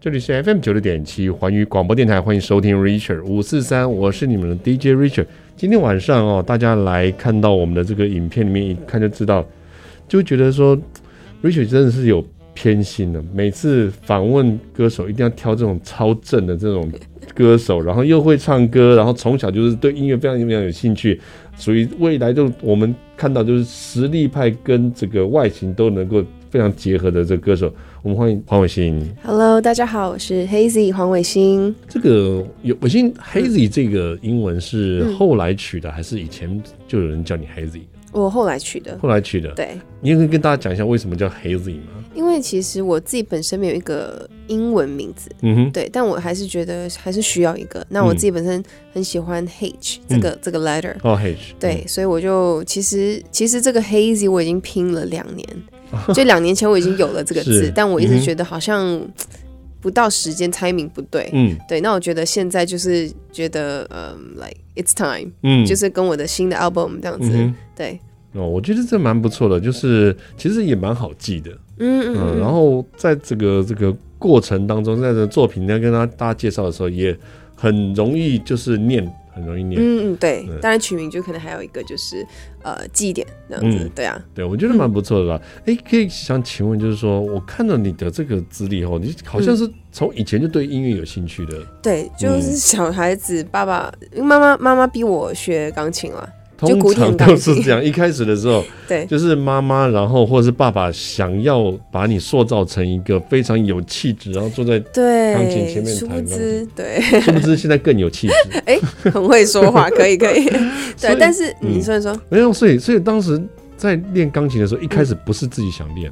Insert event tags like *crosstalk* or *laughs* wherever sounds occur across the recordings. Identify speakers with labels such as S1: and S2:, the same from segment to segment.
S1: 这里是 FM 九六点七环宇广播电台，欢迎收听 Richard 五四三，我是你们的 DJ Richard。今天晚上哦，大家来看到我们的这个影片里面，一看就知道，就觉得说 Richard 真的是有偏心的。每次访问歌手，一定要挑这种超正的这种歌手，然后又会唱歌，然后从小就是对音乐非常非常有兴趣，属于未来就我们看到就是实力派跟这个外形都能够非常结合的这个歌手。我们欢迎黄伟星。
S2: Hello，大家好，我是 Hazy 黄伟星。
S1: 这个有我信
S2: 嗯
S1: hazy 这个英文是后来取的，还是以前就有人叫你 hazy？
S2: 我后来取的。
S1: 后来取的，
S2: 对，
S1: 你也可以跟大家讲一下为什么叫 hazy 吗？
S2: 因为其实我自己本身没有一个英文名字，
S1: 嗯哼，
S2: 对，但我还是觉得还是需要一个。那我自己本身很喜欢 H
S1: 嗯
S2: 这个、这个 letter，
S1: 哦 h，
S2: 对，所以我就其实其实这个 Hazy 我已经拼了两
S1: *laughs*
S2: 年，就两年前我已经有了这个
S1: 是
S2: 字，但我一
S1: 嗯
S2: 直
S1: 哼
S2: 觉得好像不到时间 timing 不对。
S1: 嗯
S2: 对，那我觉得现在就是觉得，嗯、l i k e it's time，、
S1: 嗯，
S2: 就是跟我的新的 album 这样子，
S1: 嗯
S2: 对，
S1: 哼，哦，我觉得这蛮不错的，就是其实也蛮好记的，
S2: 嗯嗯
S1: 嗯，
S2: 嗯，
S1: 然后在这个这个过程当中，在这个作品在跟大大家介绍的时候，也很容易就是念，很容易念，
S2: 嗯嗯，对
S1: 嗯，
S2: 当然取名就可能还有一个就是呃祭典这样子，
S1: 嗯
S2: 对啊，
S1: 对，我觉得蛮不错的啦。哎、可以想请问，就是说我看到你的这个资历后，你好像是
S2: 嗯
S1: 从以前就对音乐有兴趣的，
S2: 对，就是小孩子爸爸嗯妈妈妈妈逼我学钢琴啦，就
S1: 通
S2: 古
S1: 常
S2: 典
S1: 都
S2: 钢
S1: 是
S2: 琴
S1: 这
S2: *laughs*
S1: 样。一开始的时候，
S2: 对
S1: 就是妈妈，然后或者是爸爸想要把你塑造成一个非常有气质，然后
S2: *laughs*
S1: 坐在，钢琴前
S2: 对，
S1: 面
S2: 殊
S1: 弹
S2: 不
S1: 钢
S2: 知对
S1: 殊不知现在更有气质。
S2: 很会说话，可以
S1: *laughs*
S2: 可以，
S1: 所以
S2: 对，但是你
S1: 嗯
S2: 虽然说
S1: 没有，所以所以当时在练钢琴的
S2: 嗯
S1: 时候，一开始不是自己想练，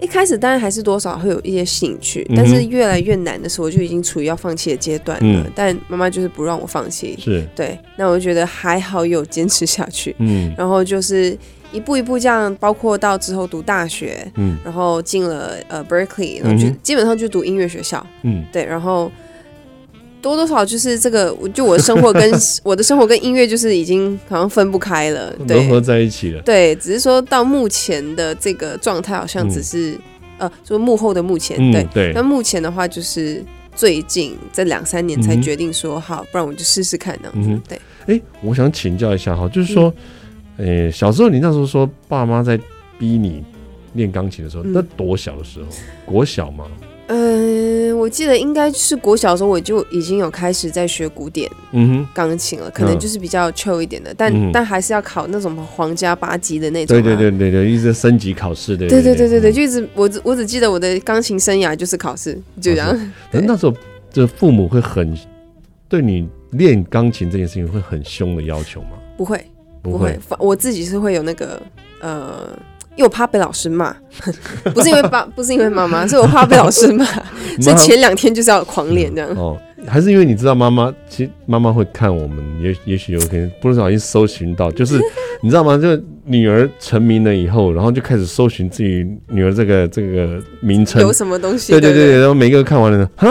S2: 一开始当然还是多少会有一些兴趣
S1: 嗯哼，
S2: 但是越来越难的时候，我就已经处于要放弃的阶段了
S1: 嗯，
S2: 但妈妈就是不让我放弃，
S1: 是，
S2: 对，那我就觉得还好有坚持下去，
S1: 嗯
S2: 然后就是一步一步这样，包括到之后读大学，
S1: 嗯
S2: 然后进了呃 Berkeley，然后就、
S1: 嗯哼
S2: 基本上就读音乐学校，
S1: 嗯，
S2: 对，然后多多少少就是这个，我就我的生活跟我的生活跟音乐就是已经好像分不开了，
S1: 融合
S2: 对
S1: 在一起了。
S2: 对，只是说到目前的这个状态，好像只是、呃，说幕后的幕前、
S1: 嗯
S2: 对，
S1: 对
S2: 那，目前的话就是最近这两三年才
S1: 嗯哼
S2: 决定说、好，不然我就试试看那样
S1: 嗯
S2: 子，
S1: 哼
S2: 对，
S1: 哎，我想请教一下哈，
S2: 嗯
S1: 就是说，诶、小时候你那时候说爸妈在逼你练钢琴的时候，
S2: 嗯
S1: 那多小的时候？国小嘛，
S2: 嗯、我记得应该是国小的时候我就已经有开始在学古典。
S1: 嗯哼，
S2: 钢琴了，可能就是比较 chill 一点的，但、
S1: 嗯
S2: 但还是要考那种皇家八级的那种、啊。
S1: 对对对对对，一直升级考试，对
S2: 对对
S1: 对
S2: 对对对
S1: 嗯
S2: 就一直我只我只记得我的钢琴生涯就是考试，就这样。
S1: 可是那时候，这父母会很对你练钢琴这件事情会很凶的要求吗？
S2: *laughs* 不会
S1: 不
S2: 会
S1: 会，，
S2: 反我自己是会有那个呃。因为我怕被老师骂， *laughs* 不是因为爸， *laughs* 不是因为妈妈，是我怕被老师
S1: *laughs*
S2: 骂，所
S1: 妈
S2: 以前两天就是要狂练这 *laughs* 样。
S1: 哦，还是因为你知道妈妈，其实妈妈会看我们，也也许有可能不小心搜寻到，就是 *laughs* 你知道吗？就女儿成名了以后，然后就开始搜寻自己女儿这个这个名称
S2: 有，什么东西？
S1: 对对
S2: 对
S1: 对，然后每个看完了呢，啊，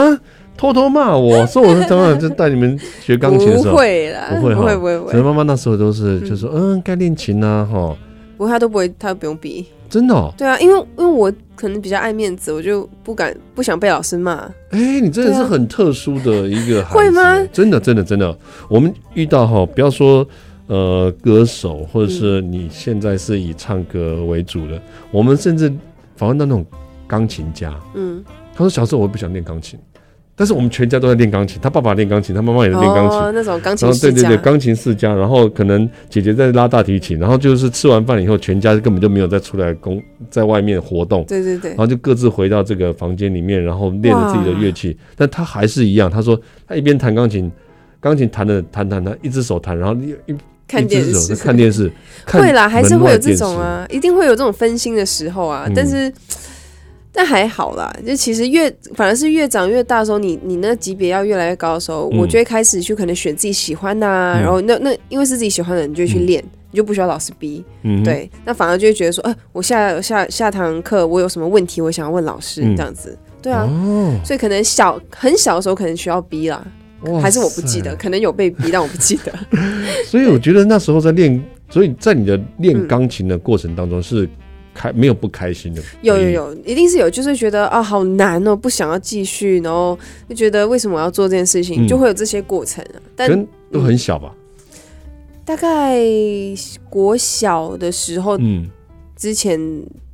S1: 偷偷骂我说我是当然就带你们学钢琴的时
S2: *laughs* 不
S1: 候。
S2: 会啦，
S1: 不会哈
S2: 不会不会不
S1: 所以
S2: 会，
S1: 妈妈那时候都是就说，嗯，该练琴啊，哈，
S2: 不过他都不会，他都不用逼。
S1: 真的、哦，
S2: 对啊，因为因为我可能比较爱面子，我就不敢不想被老师骂。
S1: 哎、你真的是
S2: 对啊
S1: 很特殊的一个孩子，
S2: 会吗？
S1: 真的，真的，真的，我们遇到哈，不要说呃歌手，或者是你现在是以唱歌为主的，我们甚至访问到那种钢琴家，
S2: 嗯，
S1: 他说小时候我不想练钢琴，但是我们全家都在练钢琴，他爸爸练钢琴，他妈妈也在练钢琴。
S2: 哦，那种钢
S1: 然
S2: 琴
S1: 后对
S2: 世
S1: 对
S2: 家，
S1: 对，钢琴世家，然后可能姐姐在拉大提琴，然后就是吃完饭以后，全家根本就没有再出来工，在外面活动，
S2: 对对对
S1: 然后就各自回到这个房间里面，然后练了自己的乐器。但他还是一样，他说他一边弹钢琴，钢琴弹的弹弹弹，一只手弹，然后一一
S2: 看
S1: 一
S2: 电
S1: 只
S2: 视
S1: 手在看电视，看
S2: *laughs* 会啦，还是
S1: 门
S2: 会
S1: 外
S2: 有这
S1: 电
S2: 种
S1: 视。
S2: 啊，一定会有这种分心的时候啊，
S1: 嗯
S2: 但是。但还好啦，就其实越反而是越长越大的时候，你你那级别要越来越高的时候，
S1: 嗯
S2: 我就会开始去可能选自己喜欢的、啊，
S1: 嗯
S2: 然后那那因为是自己喜欢的，你就去练，你就不需要老师逼，
S1: 嗯哼，
S2: 对，那反而就会觉得说，哎、我下下下堂课我有什么问题，我想要问老师、
S1: 嗯
S2: 这样子，对啊，
S1: 哦，
S2: 所以可能小很小的时候可能需要逼啦，
S1: 哇
S2: 还是我不记
S1: 塞
S2: 得，可能有被逼，但我不记
S1: *laughs*
S2: 得。
S1: 所以我觉得那时候在练，所以在你的练
S2: 嗯
S1: 钢琴的过程当中，是开没有不开心的回忆？
S2: 有有有，一定是有，就是觉得啊好难哦，不想要继续，然后就觉得为什么我要做这件事情，
S1: 嗯
S2: 就会有这些过程啊。但
S1: 可能都很小吧。
S2: 大概国小的时候
S1: 嗯，
S2: 之前，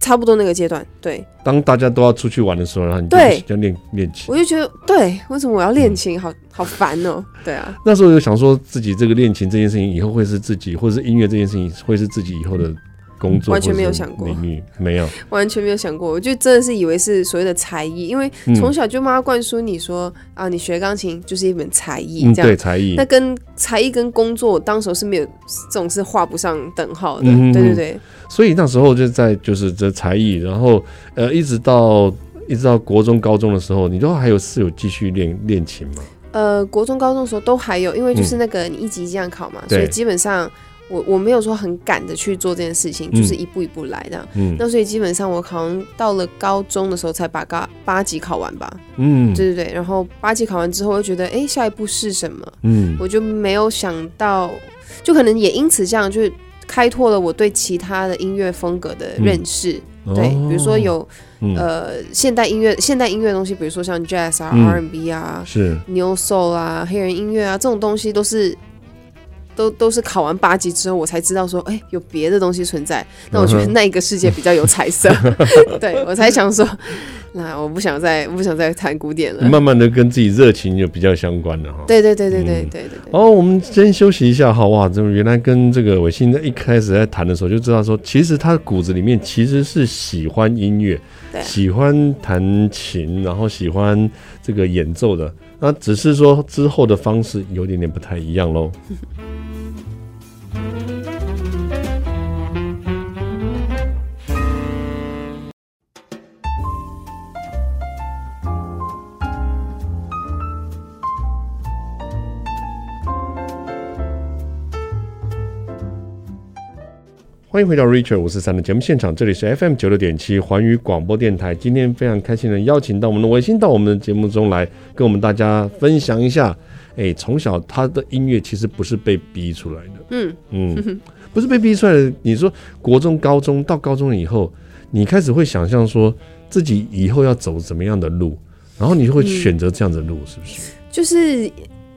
S2: 差不多那个阶段，对
S1: 当大家都要出去玩的时候，然后你就
S2: 对
S1: 就练练琴。
S2: 我就觉得对，为什么我要练
S1: 嗯
S2: 琴，好好烦哦。对啊，
S1: 那时候有想说自己这个练琴这件事情以后会是自己，或者是音乐这件事情会是自己以后的工作，
S2: 完全没有
S1: 或者是
S2: 想过
S1: 领域没有。
S2: 完全没有想过，我就真的是以为是所谓的才艺，因为
S1: 嗯
S2: 从小就妈妈灌输你说啊，你学钢琴就是一门才艺
S1: 嗯，
S2: 这样。
S1: 对才艺
S2: 那，跟才艺跟工作，当时候是没有这种是画不上等号的。
S1: 嗯哼
S2: 对对对，
S1: 所以那时候就在就是这才艺，然后呃一直到一直到国中高中的时候，你都还有是有继续练练琴吗？
S2: 呃，国中、高中的时候都还有，因为就是那个你一级这样考嘛，
S1: 嗯对
S2: 所以基本上我我没有说很赶的去做这件事情，
S1: 嗯
S2: 就是一步一步来的。
S1: 嗯
S2: 那所以基本上我好像到了高中的时候才把高八级考完吧，
S1: 嗯
S2: 对对对。然后八级考完之后，我就觉得诶，下一步是什么？
S1: 嗯
S2: 我就没有想到，就可能也因此这样，就是开拓了我对其他的音乐风格的认识。对，
S1: 哦
S2: 比如说有
S1: 嗯
S2: 呃现代音乐、现代音乐的东西，比如说像 jazz 啊、
S1: 嗯
S2: R&B 啊、
S1: 是
S2: New Soul 啊、黑人音乐啊这种东西，都是都都是考完八级之后，我才知道说，哎、有别的东西存在。那我觉得
S1: 嗯哼
S2: 那一个世界比较有彩
S1: *laughs*
S2: 色， *laughs* 对我才想说， *laughs* 那我不想再我不想再弹古典了。
S1: 慢慢的跟自己热情有比较相关的哈。
S2: 对对对对对
S1: 嗯
S2: 对对对。
S1: 哦，我们先休息一下哈。哇，这原来跟这个伟信在一开始在谈的时候就知道说，其实他骨子里面其实是喜欢音乐，
S2: 对啊
S1: 喜欢弹琴，然后喜欢这个演奏的。那只是说之后的方式有点点不太一样喽。欢迎回到 Richard 五四三的节目现场，这里是 FM 九六点七环宇广播电台。今天非常开心的邀请到我们的维新到我们的节目中来，跟我们大家分享一下。哎，从小他的音乐其实不是被逼出来的，
S2: 嗯
S1: 嗯，不是被逼出来的。你说国中、高中到高中以后，你开始会想象说自己以后要走怎么样的路，然后你
S2: 嗯
S1: 就会选择这样的路，是不是？
S2: 就是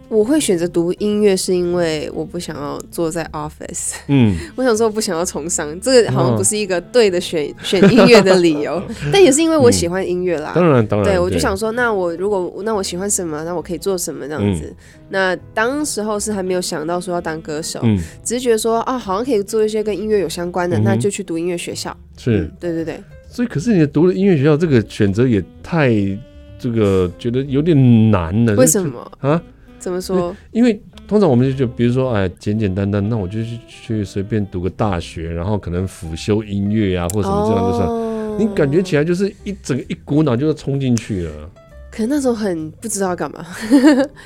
S2: 我会选择读音乐，是因为我不想要坐在 office。 *laughs*
S1: 嗯，
S2: 我想说，我不想要从商，这个好像不是一个对的选、选音乐的
S1: *laughs*
S2: 理由，但也是因为我喜欢音乐啦。
S1: 当嗯然，当然，
S2: 啊对，我就想说，那我如果那我喜欢什么，那我可以做什么这样
S1: 嗯
S2: 子。那当时候是还没有想到说要当歌手，
S1: 嗯，
S2: 只是觉得说啊，好像可以做一些跟音乐有相关的，
S1: 嗯哼
S2: 那就去读音乐学校。
S1: 是
S2: 嗯，对对对，
S1: 所以，可是你读了音乐学校，这个选择也太这个觉得有点难了。
S2: 为什么？
S1: 啊？
S2: 怎么说？
S1: 因为通常我们就就比如说，哎，简简单单，那我就去去随便读个大学，然后可能辅修音乐啊，或什么这样就算。
S2: 哦
S1: 你感觉起来就是一整个一股脑就冲进去了，
S2: 可能那时候很不知道要干嘛， *laughs*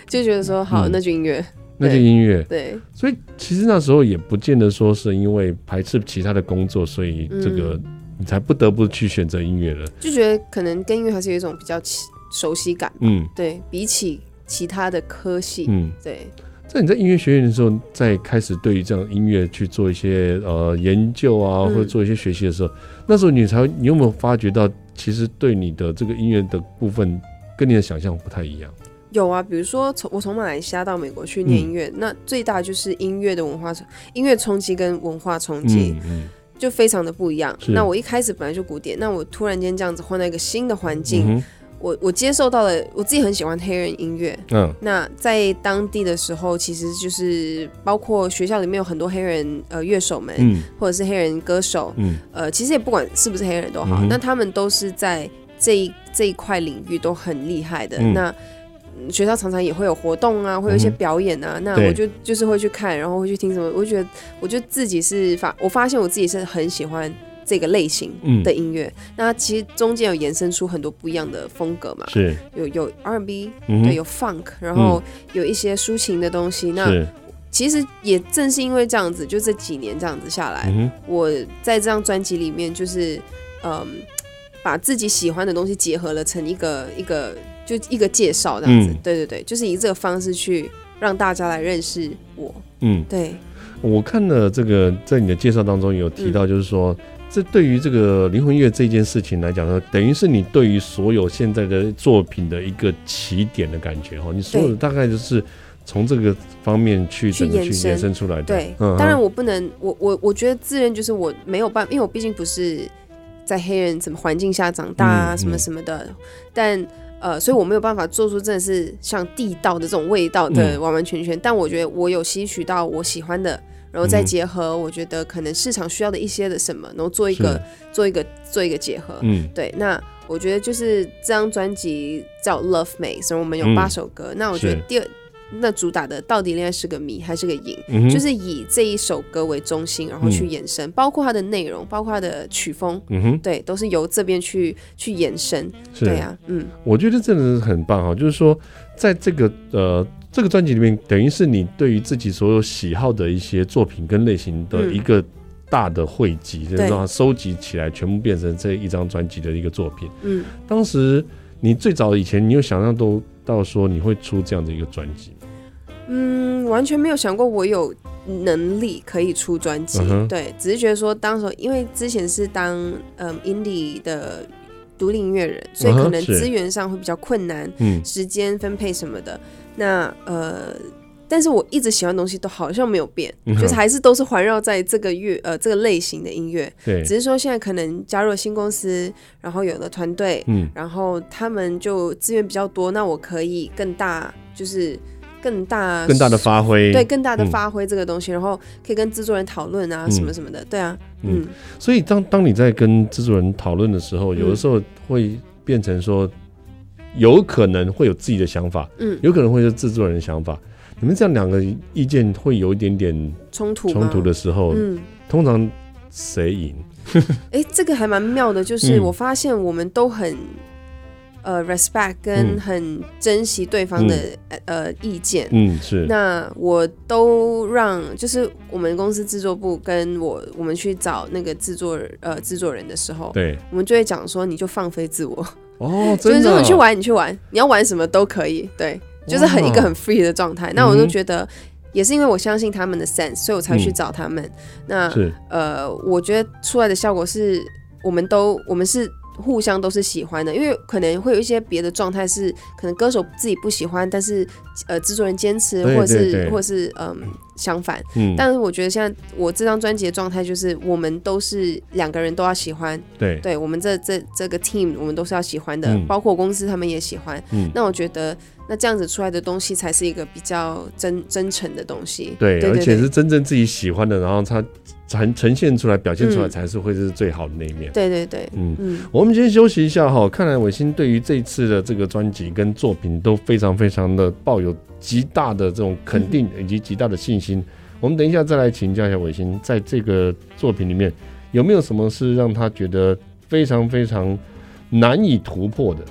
S2: 就觉得说好，
S1: 嗯
S2: 那就音乐。
S1: 那就
S2: 对
S1: 音乐。
S2: 对，
S1: 所以其实那时候也不见得说是因为排斥其他的工作，所以这
S2: 嗯
S1: 个你才不得不去选择音乐了。
S2: 就觉得可能跟音乐还是有一种比较起熟悉感。
S1: 嗯
S2: 对比起其他的科系，
S1: 嗯。
S2: 对，
S1: 在你在音乐学院的时候，在开始对于这样音乐去做一些呃研究啊，
S2: 嗯
S1: 或者做一些学习的时候，那时候你才会你有没有发觉到，其实对你的这个音乐的部分跟你的想象不太一样？
S2: 有啊。比如说从我从马来西亚到美国去念音
S1: 嗯
S2: 乐，那最大就是音乐的文化冲音乐冲击跟文化冲击、
S1: 嗯
S2: 就非常的不一样。
S1: 是
S2: 那我一开始本来就古典，那我突然间这样子换到一个新的环境，
S1: 嗯
S2: 我我接受到了我自己很喜欢黑人音乐。
S1: 嗯
S2: 那在当地的时候，其实就是包括学校里面有很多黑人呃乐手们，
S1: 嗯
S2: 或者是黑人歌手，
S1: 嗯
S2: 呃，其实也不管是不是黑人都好，
S1: 嗯哼
S2: 那他们都是在这一这一块领域都很厉害的。
S1: 嗯
S2: 那嗯学校常常也会有活动啊，会有一
S1: 嗯
S2: 些
S1: 哼
S2: 表演啊。那
S1: 对
S2: 我就就是会去看，然后会去听什么。我就觉得，我就自己是发，我发现我自己是很喜欢这个类型
S1: 嗯，
S2: 的音乐。那其实中间有延伸出很多不一样的风格嘛，
S1: 是，
S2: 有有 R&B，、
S1: 嗯
S2: 对，
S1: 哼
S2: 有 Funk，然后有一些抒情的东西。那
S1: 是，嗯
S2: 其实也正是因为这样子，就这几年这样子下来，
S1: 嗯哼
S2: 我在这张专辑里面，就是嗯，把自己喜欢的东西结合了成一个一个就一个介绍这样子。
S1: 嗯
S2: 对对对，就是以这个方式去让大家来认识我。
S1: 嗯，
S2: 对，嗯
S1: 我看了这个在你的介绍当中有提到，就是说这对于这个灵魂乐这件事情来讲呢，等于是你对于所有现在的作品的一个起点的感觉哈。哦你所有的大概就是从这个方面去
S2: 去
S1: 整个去
S2: 延伸
S1: 延伸出来的。
S2: 对，
S1: 嗯
S2: 当然我不能，我我我觉得自认就是我没有办因为我毕竟不是在黑人什么环境下长大啊，
S1: 嗯
S2: 什么
S1: 嗯
S2: 什么的，但呃，所以我没有办法做出真的是像地道的这种味道的
S1: 嗯
S2: 完完全全，但我觉得我有吸取到我喜欢的。然后再
S1: 嗯
S2: 结合，我觉得可能市场需要的一些的什么，然后做一
S1: 是
S2: 个做一个做一个结合。
S1: 嗯
S2: 对，那我觉得就是这张专辑叫《Love Maze》，然后我们有
S1: 嗯
S2: 八首歌。那我觉得
S1: 是
S2: 第二那主打的到底恋爱是个谜还是个瘾，
S1: 嗯哼，
S2: 就是以这一首歌为中心，然后去延伸，包括它的内容，包括它的曲风，
S1: 嗯哼，
S2: 对，都是由这边去去延伸。
S1: 是
S2: 对啊，嗯，
S1: 我觉得真的是很棒哈，就是说，在这个呃这个专辑里面，等于是你对于自己所有喜好的一些作品跟类型的
S2: 嗯
S1: 一个大的汇集，就是
S2: 对
S1: 让它收集起来，全部变成这一张专辑的一个作品。
S2: 嗯，
S1: 当时你最早以前，你有想象都到说你会出这样的一个专辑吗？
S2: 嗯，完全没有想过我有能力可以出专辑
S1: 嗯哼
S2: 对，只是觉得说当时候因为之前是当嗯 indie 的独立音乐人，所以
S1: 嗯
S2: 可
S1: 哼
S2: 能
S1: 是
S2: 资源上会比较困难，
S1: 嗯，
S2: 时间分配什么的。那呃，但是我一直喜欢的东西都好像没有变，
S1: 嗯
S2: 就是还是都是环绕在这个乐呃这个类型的音乐，
S1: 对
S2: 只，是说现在可能加入了新公司，然后有了团队，
S1: 嗯
S2: 然后他们就资源比较多，那我可以更大，就是更大
S1: 更大的发挥，
S2: 对更大的
S1: 嗯
S2: 发挥这个东西，然后可以跟制作人讨论啊
S1: 嗯
S2: 什么什么的，对啊，
S1: 嗯
S2: 嗯
S1: 所以当当你在跟制作人讨论的时候，有的时候会变成说，有可能会有自己的想法，
S2: 嗯，
S1: 有可能会是制作人的想法。你们这样两个意见会有一点点
S2: 嗯冲突
S1: 冲
S2: 吗
S1: 突的时候，
S2: 嗯。
S1: 通常谁赢？
S2: 哎，这个还蛮妙的，就是
S1: 嗯
S2: 我发现我们都很、呃 respect 跟
S1: 嗯
S2: 很珍惜对方的、呃意见。
S1: 嗯，是，
S2: 那我都让，就是我们公司制作部跟我，我们去找那个制作呃制作人的时候，
S1: 对，
S2: 我们就会讲说，你就放飞自我，
S1: 哦，
S2: 就是
S1: 真的
S2: 说
S1: 啊，
S2: 你去玩，你去玩，你要玩什么都可以，对，就是很
S1: 哇
S2: 一个很 free 的状态。那我
S1: 嗯
S2: 就
S1: 哼
S2: 觉得，也是因为我相信他们的 sense，所以我才去
S1: 嗯
S2: 找他们。那
S1: 是，
S2: 呃，我觉得出来的效果是我们都我们是互相都是喜欢的，因为可能会有一些别的状态是可能歌手自己不喜欢，但是呃制作人坚持，
S1: 对
S2: 或者是
S1: 对对
S2: 或者是嗯、相反。
S1: 嗯，
S2: 但是我觉得现在我这张专辑的状态就是我们都是两个人都要喜欢，
S1: 对，
S2: 对我们这这这个 team 我们都是要喜欢的，
S1: 嗯
S2: 包括公司他们也喜欢。
S1: 嗯，
S2: 那我觉得那这样子出来的东西才是一个比较真真诚的东西。
S1: 对，
S2: 对
S1: 而
S2: 对
S1: 且是真正自己喜欢的，然后它呈呈现出来、表现出来，
S2: 嗯
S1: 才是会是最好的那一面。
S2: 对对对，
S1: 嗯，
S2: 嗯。
S1: 我们先休息一下哈。看来伟星对于这一次的这个专辑跟作品都非常非常的抱有极大的这种肯定以及极大的信心。我们等一下再来请教一下伟星，在这个作品里面有没有什么是让他觉得非常非常难以突破的？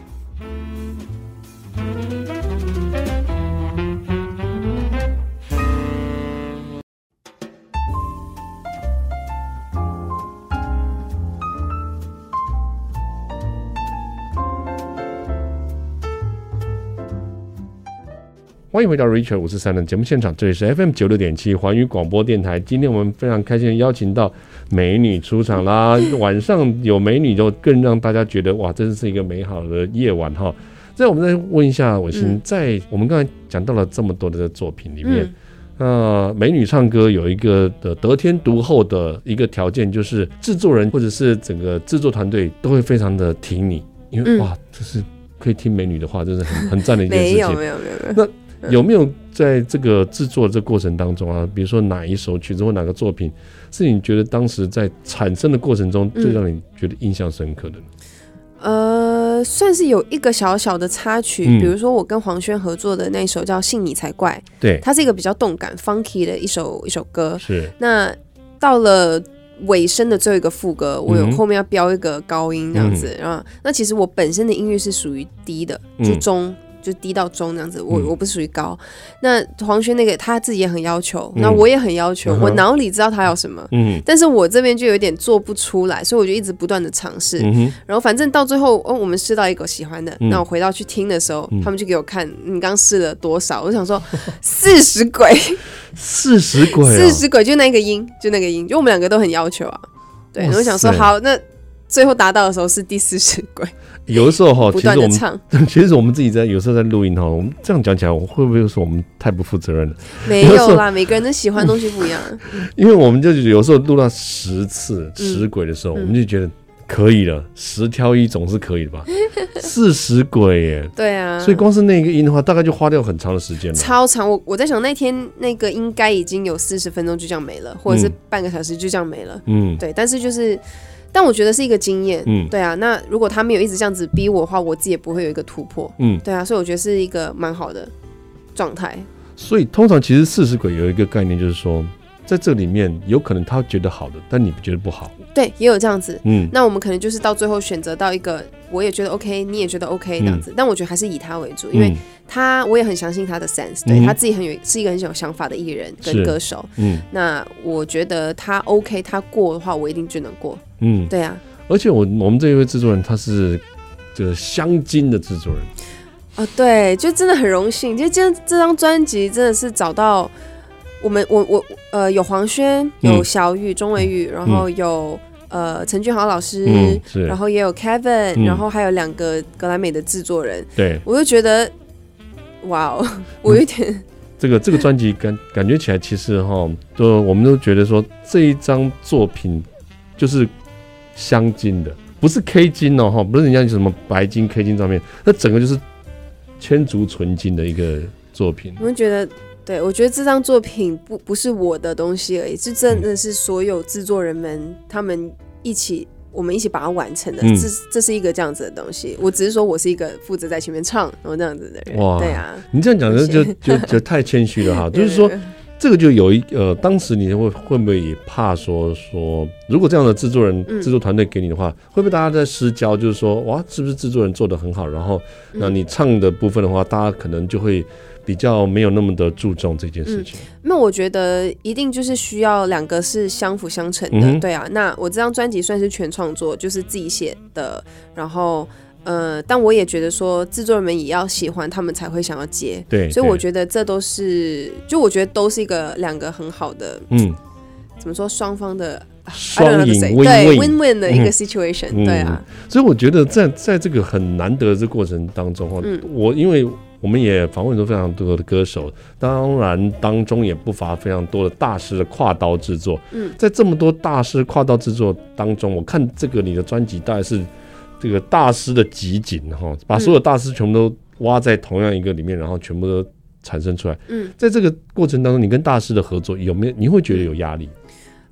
S1: 欢迎回到 Richard 五四三的节目现场，这里是 FM 九六点七环宇广播电台。今天我们非常开心地邀请到美女出场
S2: *laughs*
S1: 啦，晚上有美女就更让大家觉得哇，真是一个美好的夜晚哈。再我们再问一下伟星，
S2: 嗯
S1: 在我们刚才讲到了这么多的作品里面
S2: 嗯，
S1: 那、美女唱歌有一个的得天独厚的一个条件，就是制作人或者是整个制作团队都会非常的挺你，因为、
S2: 嗯
S1: 哇，这是可以听美女的话，真是很很赞的一件事情。
S2: 没有没有没有没有，嗯
S1: 有没有在这个制作这过程当中啊，比如说哪一首曲子或哪个作品，是你觉得当时在产生的过程中
S2: 嗯
S1: 最让你觉得印象深刻的呢？
S2: 呃，算是有一个小小的插曲，
S1: 嗯
S2: 比如说我跟黄轩合作的那一首叫《信你才怪》，
S1: 对，
S2: 它是一个比较动感、funky 的一首一首歌。
S1: 是，
S2: 那到了尾声的最后一个副歌，我有
S1: 嗯哼
S2: 后面要标一个高音这样子，然后那其实我本身的音域是属于低的，就
S1: 嗯
S2: 中。就低到中这样子，我
S1: 嗯
S2: 我不是属于高。那黄轩那个他自己也很要求，
S1: 嗯
S2: 那我也很要求，
S1: 嗯哼
S2: 我脑里知道他要什么，
S1: 嗯
S2: 但是我这边就有点做不出来，所以我就一直不断的尝试。
S1: 嗯哼，
S2: 然后反正到最后，哦，我们试到一个喜欢的，
S1: 嗯
S2: 那我回到去听的时候，
S1: 嗯
S2: 他们就给我看你刚试了多少，我想说 *laughs* 四十
S1: *laughs*
S2: 鬼，
S1: 四十鬼
S2: 四
S1: 啊，
S2: 十鬼就那个音，就那个音，就我们两个都很要求啊，对，
S1: 哇
S2: 我就想说
S1: 塞
S2: 好，那最后达到的时候是第四十轨，
S1: 有的时候哈，
S2: 不
S1: 哦其实
S2: 断
S1: 我
S2: 的
S1: 们 *laughs*
S2: 唱，
S1: 其实我们自己在有时候在录音哈，我们这样讲起来，我会不会说我们太不负责任了？
S2: 没
S1: 有时候
S2: 有啦，每个人的喜欢的东西不一样。
S1: 因为我们就是有时候录到十次十轨的时候，
S2: 嗯
S1: 我们就觉得可以了，十挑一总是可以的
S2: *laughs*
S1: 吧？四十轨耶，
S2: 对
S1: *laughs*
S2: 啊，
S1: 所以光是那个音的话，大概就花掉很长的时间了。
S2: 超长。我我在想那天那个应该已经有四十分钟就这样没了，或者是
S1: 嗯
S2: 半个小时就这样没了。
S1: 嗯
S2: 对，但是就是，但我觉得是一个经验。
S1: 嗯
S2: 对啊，那如果他没有一直这样子逼我的话，我自己也不会有一个突破。
S1: 嗯，
S2: 对啊，所以我觉得是一个蛮好的状态。
S1: 所以通常其实四十轨有一个概念，就是说在这里面有可能他觉得好的，但你觉得不好。
S2: 对，也有这样子。
S1: 嗯
S2: 那我们可能就是到最后选择到一个，我也觉得 OK，你也觉得 OK 这样子。但我觉得还是以他为主，因为
S1: 嗯
S2: 他我也很相信他的 sense，
S1: 嗯
S2: 对、
S1: 哼
S2: 他自己很有是一个很有想法的艺人
S1: 是
S2: 跟歌手。
S1: 嗯
S2: 那我觉得他 OK，他过的话，我一定就能过。
S1: 嗯，
S2: 对啊，
S1: 而且我我们这一位制作人他是这个香精的制作人。
S2: 哦，对，就真的很荣幸，就今天这张专辑真的是找到我们，我我呃有黄轩，有
S1: 嗯
S2: 小雨、钟伟宇，然后有、呃陈俊豪老师，
S1: 嗯，是
S2: 然后也有 Kevin，、
S1: 嗯
S2: 然后还有两个格莱美的制作人，
S1: 对
S2: 我就觉得哇哦， *laughs* 我有点、
S1: 这个这个专辑感感觉起来，其实哈，都我们都觉得说这一张作品就是香精的，不是 K 金哦哈，不是人家有什么白金 K 金上面，那整个就是千足纯金的一个作品。
S2: 我就觉得。对，我觉得这张作品不不是我的东西而已，是真的是所有制作人们他们一起，我们一起把它完成的。
S1: 嗯
S2: 这这是一个这样子的东西。我只是说我是一个负责在前面唱，然后这样子的人。
S1: 哇
S2: 对啊，
S1: 你这样讲的就
S2: 谢谢
S1: 就就太谦虚了
S2: *laughs*
S1: 哈，就是说
S2: 对对对
S1: 这个就有一呃，当时你会会不会也怕说说，如果这样的制作人、
S2: 嗯
S1: 制作团队给你的话，会不会大家在失焦？就是说，哇，是不是制作人做的很好？然后，
S2: 嗯
S1: 那你唱的部分的话，大家可能就会比较没有那么的注重这件事情。
S2: 那我觉得一定就是需要两个是相辅相成
S1: 嗯
S2: 的，
S1: 哼
S2: 对啊。那我这张专辑算是全创作，就是自己写的，然后呃，但我也觉得说制作人们也要喜欢，他们才会想要接。
S1: 对，
S2: 所以我
S1: 得，
S2: 觉得这都是，就我觉得都是一个两个很好的，
S1: 嗯，
S2: 怎么说双方的
S1: 双
S2: I don't know
S1: 赢
S2: the same，对
S1: win-win。
S2: win win 的一
S1: 嗯
S2: 个 situation，、
S1: 嗯
S2: 对啊，
S1: 所以我觉得在在这个很难得的这过程当中哈，
S2: 嗯
S1: 我因为我们也访问了非常多的歌手，当然当中也不乏非常多的大师的跨刀制作。
S2: 嗯，
S1: 在这么多大师跨刀制作当中，我看这个你的专辑大概是这个大师的集锦哈，把所有大师全部都挖在同样一个里面，然后全部都产生出来。
S2: 嗯，
S1: 在这个过程当中，你跟大师的合作有没有？你会觉得有压力？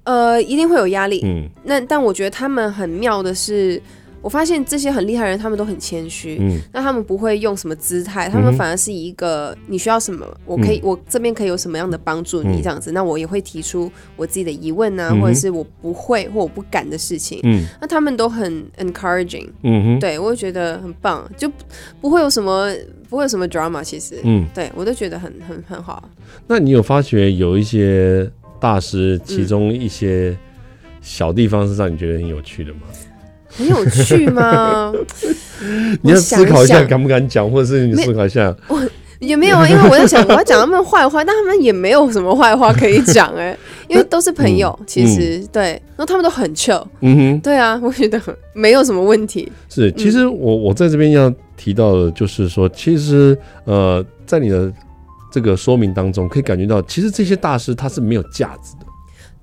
S2: 呃，一定会有压力。
S1: 嗯
S2: 那但我觉得他们很妙的是，我发现这些很厉害的人，他们都很谦虚。
S1: 嗯
S2: 那他们不会用什么姿态，他们
S1: 嗯哼
S2: 反而是以一个你需要什么，我可以、我这边可以有什么样的帮助你
S1: 嗯
S2: 这样子，那我也会提出我自己的疑问啊，
S1: 嗯哼
S2: 或者是我不会或我不敢的事情，
S1: 嗯
S2: 那他们都很 encouraging，
S1: 嗯哼，
S2: 对我也觉得很棒，就不不会有什么不会有什么 drama，其实、
S1: 嗯。
S2: 对我都觉得很很很好。
S1: 那你有发觉有一些大师，其中一些小地方是让你觉得很有趣的吗？
S2: 很有趣
S1: *laughs*
S2: 吗？
S1: 你要思嗯考一
S2: 我
S1: 下
S2: 想
S1: 敢不敢讲，或者是你
S2: 没
S1: 思考一下，
S2: 也没有
S1: *laughs*
S2: 啊，因为我在想我要讲他们坏话，但他们也没有什么坏话可以讲哎、
S1: *laughs*
S2: 因为都是朋友，其实、对，然后他们都很 chill，
S1: 嗯
S2: 对啊，我觉得很没有什么问题。
S1: 哼，是。其实我我在这边要提到的就是说，其实呃，在你的这个说明当中，可以感觉到，其实这些大师他是没有架子的，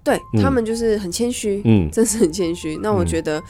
S2: 对
S1: 嗯
S2: 他们就是很谦虚，
S1: 嗯
S2: 真是很谦虚。那我觉得，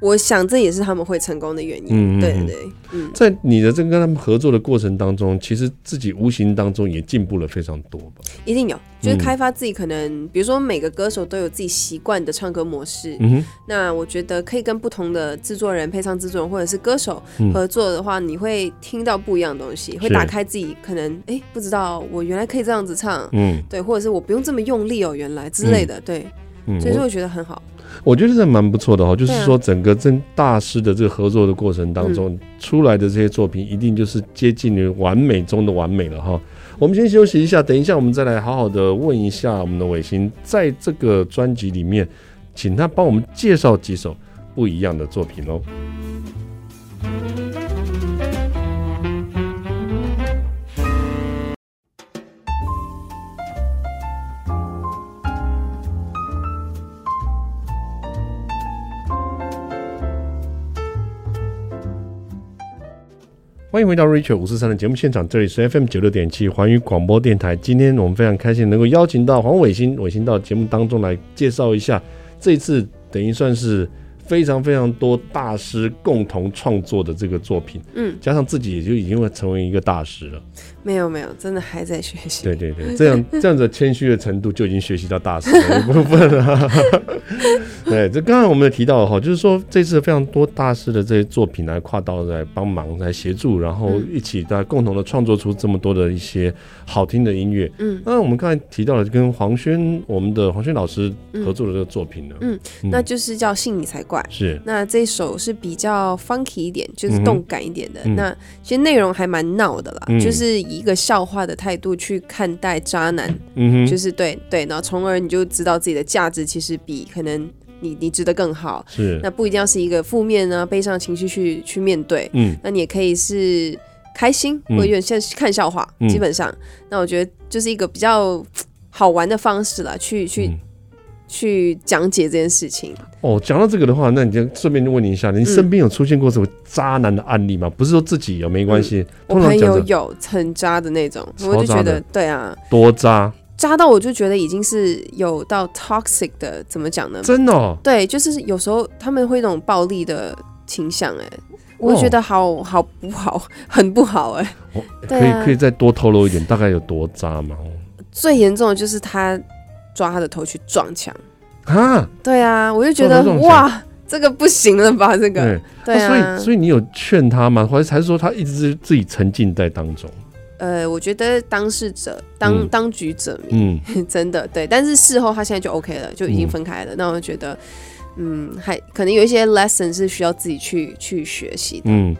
S2: 我想这也是他们会成功的原因。
S1: 嗯嗯嗯
S2: 对对对，嗯，
S1: 在你的这个跟他们合作的过程当中，其实自己无形当中也进步了非常多吧。
S2: 一定有，就是开发自己可能，比如说每个歌手都有自己习惯的唱歌模式。
S1: 嗯哼，
S2: 那我觉得可以跟不同的制作人、配唱制作人或者是歌手
S1: 嗯
S2: 合作的话，你会听到不一样的东西，会
S1: 是
S2: 打开自己可能哎、诶不知道我原来可以这样子唱，
S1: 嗯
S2: 对，或者是我不用这么用力哦，原来之类的，对，
S1: 嗯，
S2: 所以
S1: 我
S2: 说我觉得很好。
S1: 我觉得这蛮不错的哈、哦就是
S2: 对啊嗯
S1: 说整个跟大师的这个合作的过程当中，出来的这些作品一定就是接近于完美中的完美了哈、我们先休息一下，等一下我们再来好好的问一下我们的伟星，在这个专辑里面，请他帮我们介绍几首不一样的作品哦喽。欢迎回到 Richard 五四三的节目现场，这里是 FM 九六点七环宇广播电台。今天我们非常开心能够邀请到黄伟星，伟星到节目当中来介绍一下这一次等于算是非常非常多大师共同创作的这个作品，
S2: 嗯，
S1: 加上自己也就已经会成为一个大师了。
S2: 没有没有，真的还在学习。
S1: 对对嗯对，这样这样子谦虚的程度就已经学习到大师的一部分了。 *laughs* 对，这刚才我们也提到哈，就是说这次非常多大师的这些作品来跨刀来帮忙来协助，然后
S2: 嗯
S1: 一起在共同的创作出这么多的一些好听的音乐。
S2: 嗯，
S1: 那我们刚才提到了跟黄轩我们的黄轩老师合作的这个作品呢，
S2: 嗯
S1: 嗯
S2: 那就是叫信你才怪。
S1: 是
S2: 那这首是比较 funky 一点，就是动感一点的。
S1: 嗯哼嗯
S2: 那其实内容还蛮闹的啦，
S1: 嗯
S2: 就是以一个笑话的态度去看待渣男，
S1: 嗯
S2: 就
S1: 哼
S2: 是对对，然后从而你就知道自己的价值其实比可能你你值得更好。
S1: 是
S2: 那不一定要是一个负面啊、悲伤的情绪去去面对，
S1: 嗯
S2: 那你也可以是开心，
S1: 嗯
S2: 我有点像是看笑话，
S1: 嗯
S2: 基本上，那我觉得就是一个比较好玩的方式啦，去去、
S1: 嗯
S2: 去讲解这件事情。
S1: 哦，讲到这个的话，那你就顺便就问你一下，
S2: 嗯
S1: 你身边有出现过什么渣男的案例吗？不是说自己有哦没关系，
S2: 嗯我
S1: 通常
S2: 朋
S1: 讲
S2: 友
S1: 的
S2: 有很渣的那种，
S1: 超
S2: 我就觉
S1: 渣的
S2: 得对啊，
S1: 多渣，
S2: 渣到我就觉得已经是有到 toxic 的，怎么讲呢？
S1: 真的、哦。
S2: 对，就是有时候他们会那种暴力的倾向、哎，
S1: 哦
S2: 我就觉得好好不好，很不好、哎。 *laughs*
S1: 哦
S2: 对
S1: 可以
S2: 啊
S1: 可以再多透露一点，大概有多渣吗？
S2: 最严重的就是他抓他的头去撞墙。
S1: 啊，
S2: 对啊，我就
S1: 抓
S2: 觉得
S1: 他撞墙
S2: 哇，这个不行了吧？这个
S1: 对，
S2: 对
S1: 那
S2: 啊
S1: 所以，所以你有劝他吗？还是还是说他一直自己沉浸在当中？
S2: 呃，我觉得当事者当、
S1: 嗯
S2: 当局者迷， *laughs*
S1: 嗯，
S2: 真的对。但是事后他现在就 OK 了，就已经
S1: 嗯
S2: 分开了。那我觉得，嗯，还可能有一些 lesson 是需要自己去去学习的。
S1: 嗯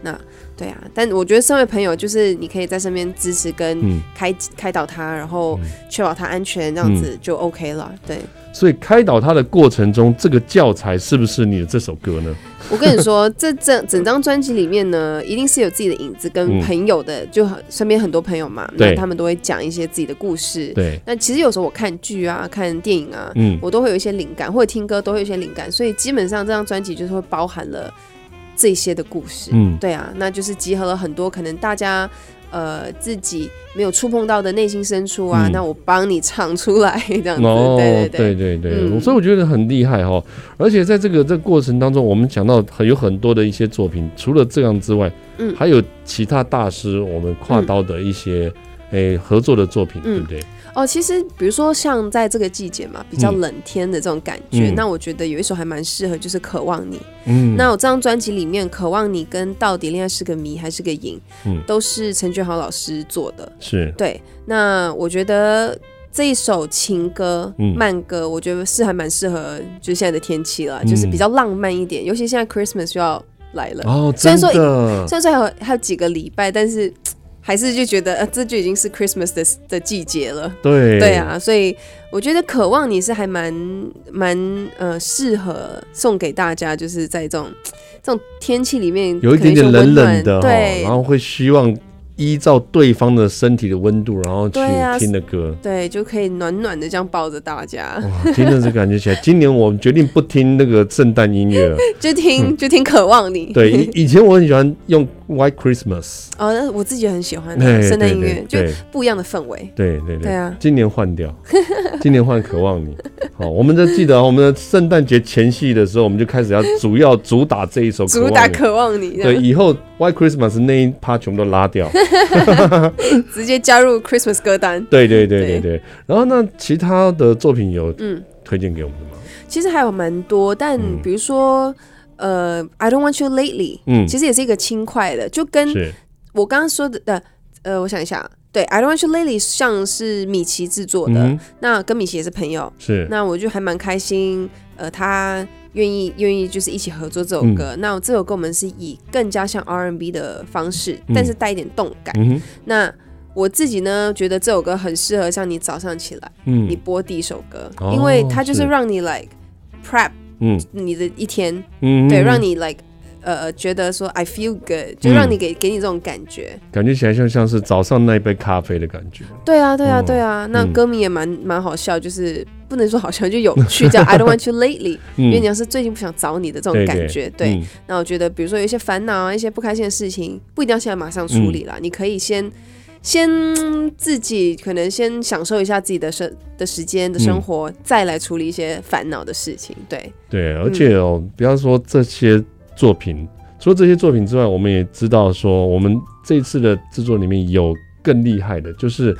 S2: 对啊，但我觉得身为朋友，就是你可以在身边支持跟
S1: 嗯，
S2: 开、开导他，然后
S1: 嗯
S2: 确保他安全，这样子就 OK 了。对。
S1: 所以开导他的过程中，这个教材是不是你的这首歌呢？
S2: 我跟你说，这整整张专辑里面呢，一定是有自己的影子跟
S1: 嗯
S2: 朋友的，就很身边很多朋友嘛，
S1: 对
S2: 那他们都会讲一些自己的故事。
S1: 对，
S2: 那其实有时候我看剧啊、看电影啊，
S1: 嗯，
S2: 我都会有一些灵感，或者听歌都会有一些灵感，所以基本上这张专辑就是会包含了这些的故事。
S1: 嗯
S2: 对啊，那就是集合了很多可能大家。呃，自己没有触碰到的内心深处啊，
S1: 嗯
S2: 那我帮你唱出来，这样子，
S1: 哦，
S2: 对对
S1: 对对对
S2: 嗯
S1: 所以我觉得很厉害哈。而且在这个这个过程当中，我们讲到很有很多的一些作品，除了这样之外，
S2: 嗯
S1: 还有其他大师我们跨刀的一些诶、合作的作品，
S2: 嗯
S1: 对不对？
S2: 哦，其实比如说像在这个季节嘛，比较冷天的这种感觉，
S1: 嗯
S2: 那我觉得有一首还蛮适合，就是《渴望你》。
S1: 嗯
S2: 那我这张专辑里面，《渴望你》跟《到底恋爱是个谜还是个瘾》，
S1: 嗯
S2: 都是陈俊豪老师做的。
S1: 是
S2: 对，那我觉得这一首情歌、
S1: 嗯
S2: 慢歌，我觉得是还蛮适合，就现在的天气了，就是
S1: 嗯
S2: 比较浪漫一点，尤其现在 Christmas 就要来了，
S1: 哦，
S2: 虽
S1: 真
S2: 然说
S1: 的，
S2: 虽然说还有还有几个礼拜，但是还是就觉得，呃，这就已经是 Christmas 的的季节了。
S1: 对
S2: 对，啊，所以我觉得《渴望你》是还蛮蛮呃适合送给大家，就是在这种这种天气里面，
S1: 有一点点
S2: 可能
S1: 冷
S2: 些温
S1: 冷的哈，
S2: 暖对
S1: 然，后会希望依照对方的身体的温度，然后去
S2: 对啊
S1: 听的歌。
S2: 对，就可以暖暖的这样抱着大家，
S1: 哇，听着这感觉起来，今年我们决定不听那个圣诞音乐了。
S2: 就听就听《渴望 *laughs* 你》。
S1: 嗯对，以以前我很喜欢用 White Christmas，
S2: 哦，那我自己也很喜欢
S1: 对
S2: 圣诞音乐，就
S1: 对
S2: 不一样的氛围。
S1: 对对对
S2: 对
S1: 对，
S2: 啊，
S1: 今年换掉， *laughs* 今年换渴望你。 *laughs* 好，我们就记得哦我们的圣诞节前夕的时候，我们就开始要主要主打这一首渴
S2: 主
S1: 望
S2: 打《
S1: 你。
S2: 渴望你》，这
S1: 对，
S2: 样
S1: 以后 White Christmas 那一趴全部都拉
S2: *laughs*
S1: 掉。
S2: 直接加入 Christmas 歌单。
S1: 对对对对
S2: 对
S1: 对。然后那其他的作品有
S2: 嗯，
S1: 推荐给我们的吗？
S2: 其实还有蛮多，但
S1: 嗯
S2: 比如说呃，《I Don't Want You Lately》。
S1: 嗯，
S2: 其实也是一个轻快的，就跟
S1: 是
S2: 我刚刚说的，呃，呃，我想一下，对，I don't want you lately 像是米奇制作的，
S1: 嗯哼
S2: 那跟米奇也是朋友，
S1: 是
S2: 那我就还蛮开心，呃，他愿意愿意就是一起合作这首
S1: 嗯
S2: 歌。那这首歌我们是以更加像 R&B 的方式，
S1: 嗯
S2: 但是带一点动感。
S1: 嗯哼
S2: 那我自己呢，觉得这首歌很适合像你早上起来，你
S1: 嗯
S2: 播第一首歌，
S1: 哦
S2: 因为它就是
S1: 是
S2: 让你 like prep
S1: 嗯
S2: 你的一天，
S1: 嗯，
S2: 对，让
S1: 你
S2: 你 like 呃呃觉得说 I feel good，就
S1: 嗯
S2: 让你给、给你这种感觉。
S1: 感觉起来像像是早上那一杯咖啡的感觉。
S2: 对啊，对啊，
S1: 嗯
S2: 对啊。那
S1: 嗯
S2: 歌名也蛮蛮好笑，就是不能说好像就有趣
S1: *laughs*
S2: 这样，I don't want you lately，因为
S1: 嗯
S2: 你，要是最近不想找你的这种
S1: 对
S2: 感
S1: 对
S2: 觉，对。
S1: 嗯
S2: 那我觉得，比如说有一些烦恼啊，一些不开心的事情，不一定要现在马上处理
S1: 嗯
S2: 啦，你可以先先自己可能先享受一下自己的生的时间的生活，
S1: 嗯
S2: 再来处理一些烦恼的事情。对，
S1: 对，而且哦，不要说这些作品，除了这些作品之外，我们也知道说，我们这次的制作里面有更厉害的，就是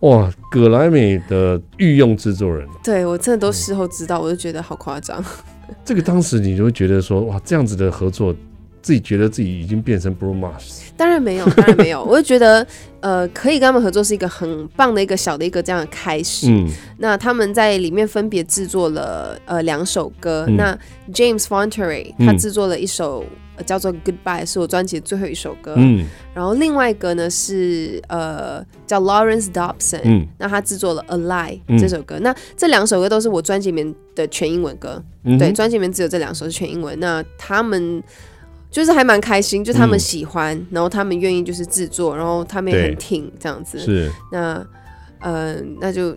S1: 哇，葛莱美的御用制作人，
S2: 对我真的都事后知道，我就觉得好夸张。
S1: *laughs* 这个当时你就会觉得说，哇，这样子的合作，自己觉得自己已经变成 Bruno Mars，
S2: 当然没有，当然没有，我就觉得呃，可以跟他们合作是一个很棒的一个小的一个这样的开始。
S1: 嗯，
S2: 那他们在里面分别制作了呃两首歌。
S1: 嗯
S2: 那 James Fonterey
S1: 嗯
S2: 他制作了一首、呃叫做《Goodbye》，是我专辑的最后一首歌。
S1: 嗯
S2: 然后另外一个呢是呃叫 Lawrence Dobson，、
S1: 嗯
S2: 那他制作了《A Lie
S1: 嗯》
S2: 这首歌。那这两首歌都是我专辑里面的全英文歌，
S1: 嗯，
S2: 对，，专辑里面只有这两首是全英文。那他们。就是还蛮开心，就他们
S1: 嗯
S2: 喜欢，然后他们愿意就是制作，然后他们也
S1: 对
S2: 很挺这样子。
S1: 是
S2: 那，呃，那就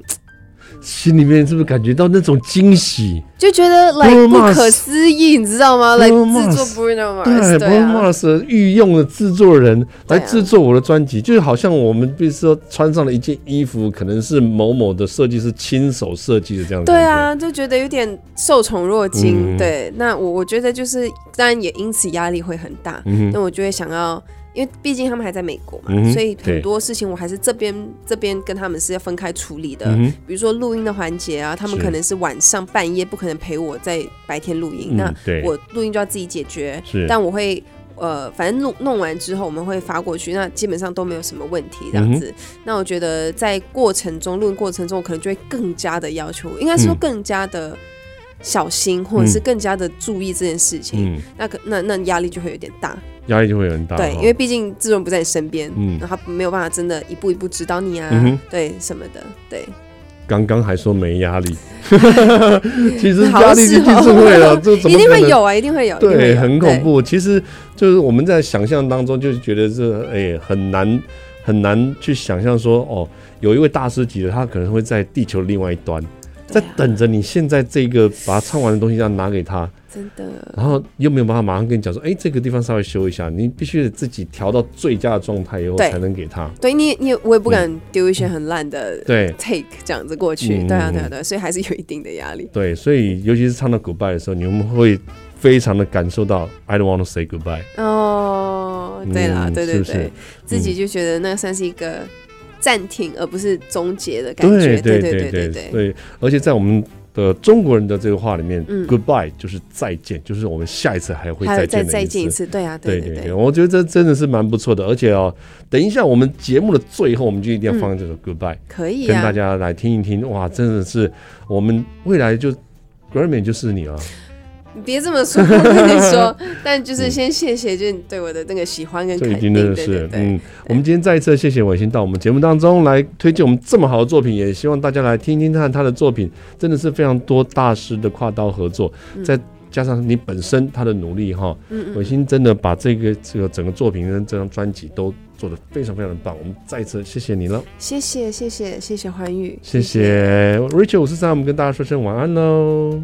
S1: 心里面是不是感觉到那种惊喜？
S2: 就觉得 like
S1: Bruno
S2: 不
S1: Mars
S2: 可思议，你知道吗？来
S1: Bruno
S2: 制作
S1: Mars
S2: Bruno
S1: 对
S2: Mars，对
S1: ，Bruno
S2: 啊，
S1: Mars 的御用的制作人
S2: 对
S1: 来
S2: 啊
S1: 制作我的专辑，就是好像我们比如说穿上了一件衣服，可能是某某的设计师亲手设计的这样的
S2: 对
S1: 感觉。
S2: 啊，就觉得有点受宠若惊。
S1: 嗯
S2: 对，那我我觉得就是，当然也因此压力会很大。
S1: 嗯
S2: 那
S1: 哼，
S2: 我就会想要，因为毕竟他们还在美国嘛，
S1: 嗯哼
S2: 所以
S1: 对
S2: 很多事情我还是这边这边跟他们是要分开处理的。
S1: 嗯哼，
S2: 比如说录音的环节啊，他们
S1: 是
S2: 可能是晚上半夜不可能陪我在白天录音，那
S1: 嗯对
S2: 我录音就要自己解决。
S1: 是，
S2: 但我会呃，反正弄弄完之后我们会发过去，那基本上都没有什么问题
S1: 嗯
S2: 这样子。那我觉得在过程中录音过程中，我可能就会更加的要求，应该是说
S1: 嗯
S2: 更加的小心，或者是
S1: 嗯
S2: 更加的注意这件事情。
S1: 嗯，
S2: 那可那那压力就会有点大，
S1: 压力就会很大。哦
S2: 对，
S1: 哈
S2: 因为毕竟制作人不在你身边，
S1: 嗯
S2: 然后他没有办法真的一步一步指导你啊，
S1: 嗯哼
S2: 对什么的，对。
S1: 刚刚还说没压
S2: *laughs*
S1: 力，其实
S2: 好哦
S1: 压力一定是会了，这怎
S2: 一
S1: 么
S2: 定
S1: 可
S2: 会
S1: 能？
S2: 有啊，一定会有，一定会
S1: 对，
S2: 有
S1: 很恐。怖。其实就是我们在想象当中，就是觉得这哎、很难很难去想象说哦，有一位大师级的，他可能会在地球另外一端，
S2: 对
S1: 在
S2: 对啊
S1: 等着你现在这个把它唱完的东西要拿给他，
S2: 真的，
S1: 然后又没有办法马上跟你讲说，哎、这个地方稍微修一下，你必须得自己调到最佳的状态以后
S2: 对
S1: 才能给他。
S2: 对你你我也不
S1: 嗯
S2: 敢丢一些很烂的
S1: 对
S2: take 这样子过去，
S1: 嗯
S2: 对啊
S1: 嗯
S2: 对啊对啊，所以还是有一定的压力。
S1: 对，所以尤其是唱到 goodbye 的时候，你们会非常的感受到 I don't want to say goodbye。
S2: 哦，对啦，
S1: 嗯
S2: 对对
S1: 是不是
S2: 对，自己就觉得那算是一个暂停，而不是终结的感觉。
S1: 嗯对
S2: 对
S1: 对
S2: 对对，
S1: 对，而且在我们的中国人的这个话里面、
S2: 嗯
S1: g o o d b y e 就是再见，就是我们下一次还会
S2: 还有
S1: 再
S2: 再
S1: 见的
S2: 再
S1: 意
S2: 见一
S1: 思。
S2: 次，对啊，
S1: 对
S2: 对
S1: 对，
S2: 对，
S1: 我觉得这真的是蛮不错的，而且哦，等一下我们节目的最后，我们就一定要
S2: 嗯
S1: 放这首 Goodbye，、
S2: 可以
S1: 跟大
S2: 啊，
S1: 家来听一听。哇，真的是我们未来就 Grammy 就是你啊了。
S2: 你别这么说， *laughs* 我跟你说，但就是先谢谢，就是你对我的那个喜欢跟
S1: 嗯这
S2: *laughs* 肯
S1: 已
S2: 定，
S1: 经真
S2: 对
S1: 的
S2: 对
S1: 是，
S2: 对。
S1: 嗯，我们今天再一次谢谢伟星到我们节目当中来推荐我们这么好的作品，也希望大家来听听看他的作品，真的是非常多大师的跨刀合作，
S2: 嗯
S1: 再加上你本身他的努力哈，伟星真的把这个这个整个作品跟这张专辑都做得非常非常的棒，我们再一次谢谢你了，
S2: 谢谢谢谢谢谢欢愉，
S1: 谢谢 Rachel 五四三，我们跟大家说声晚安喽。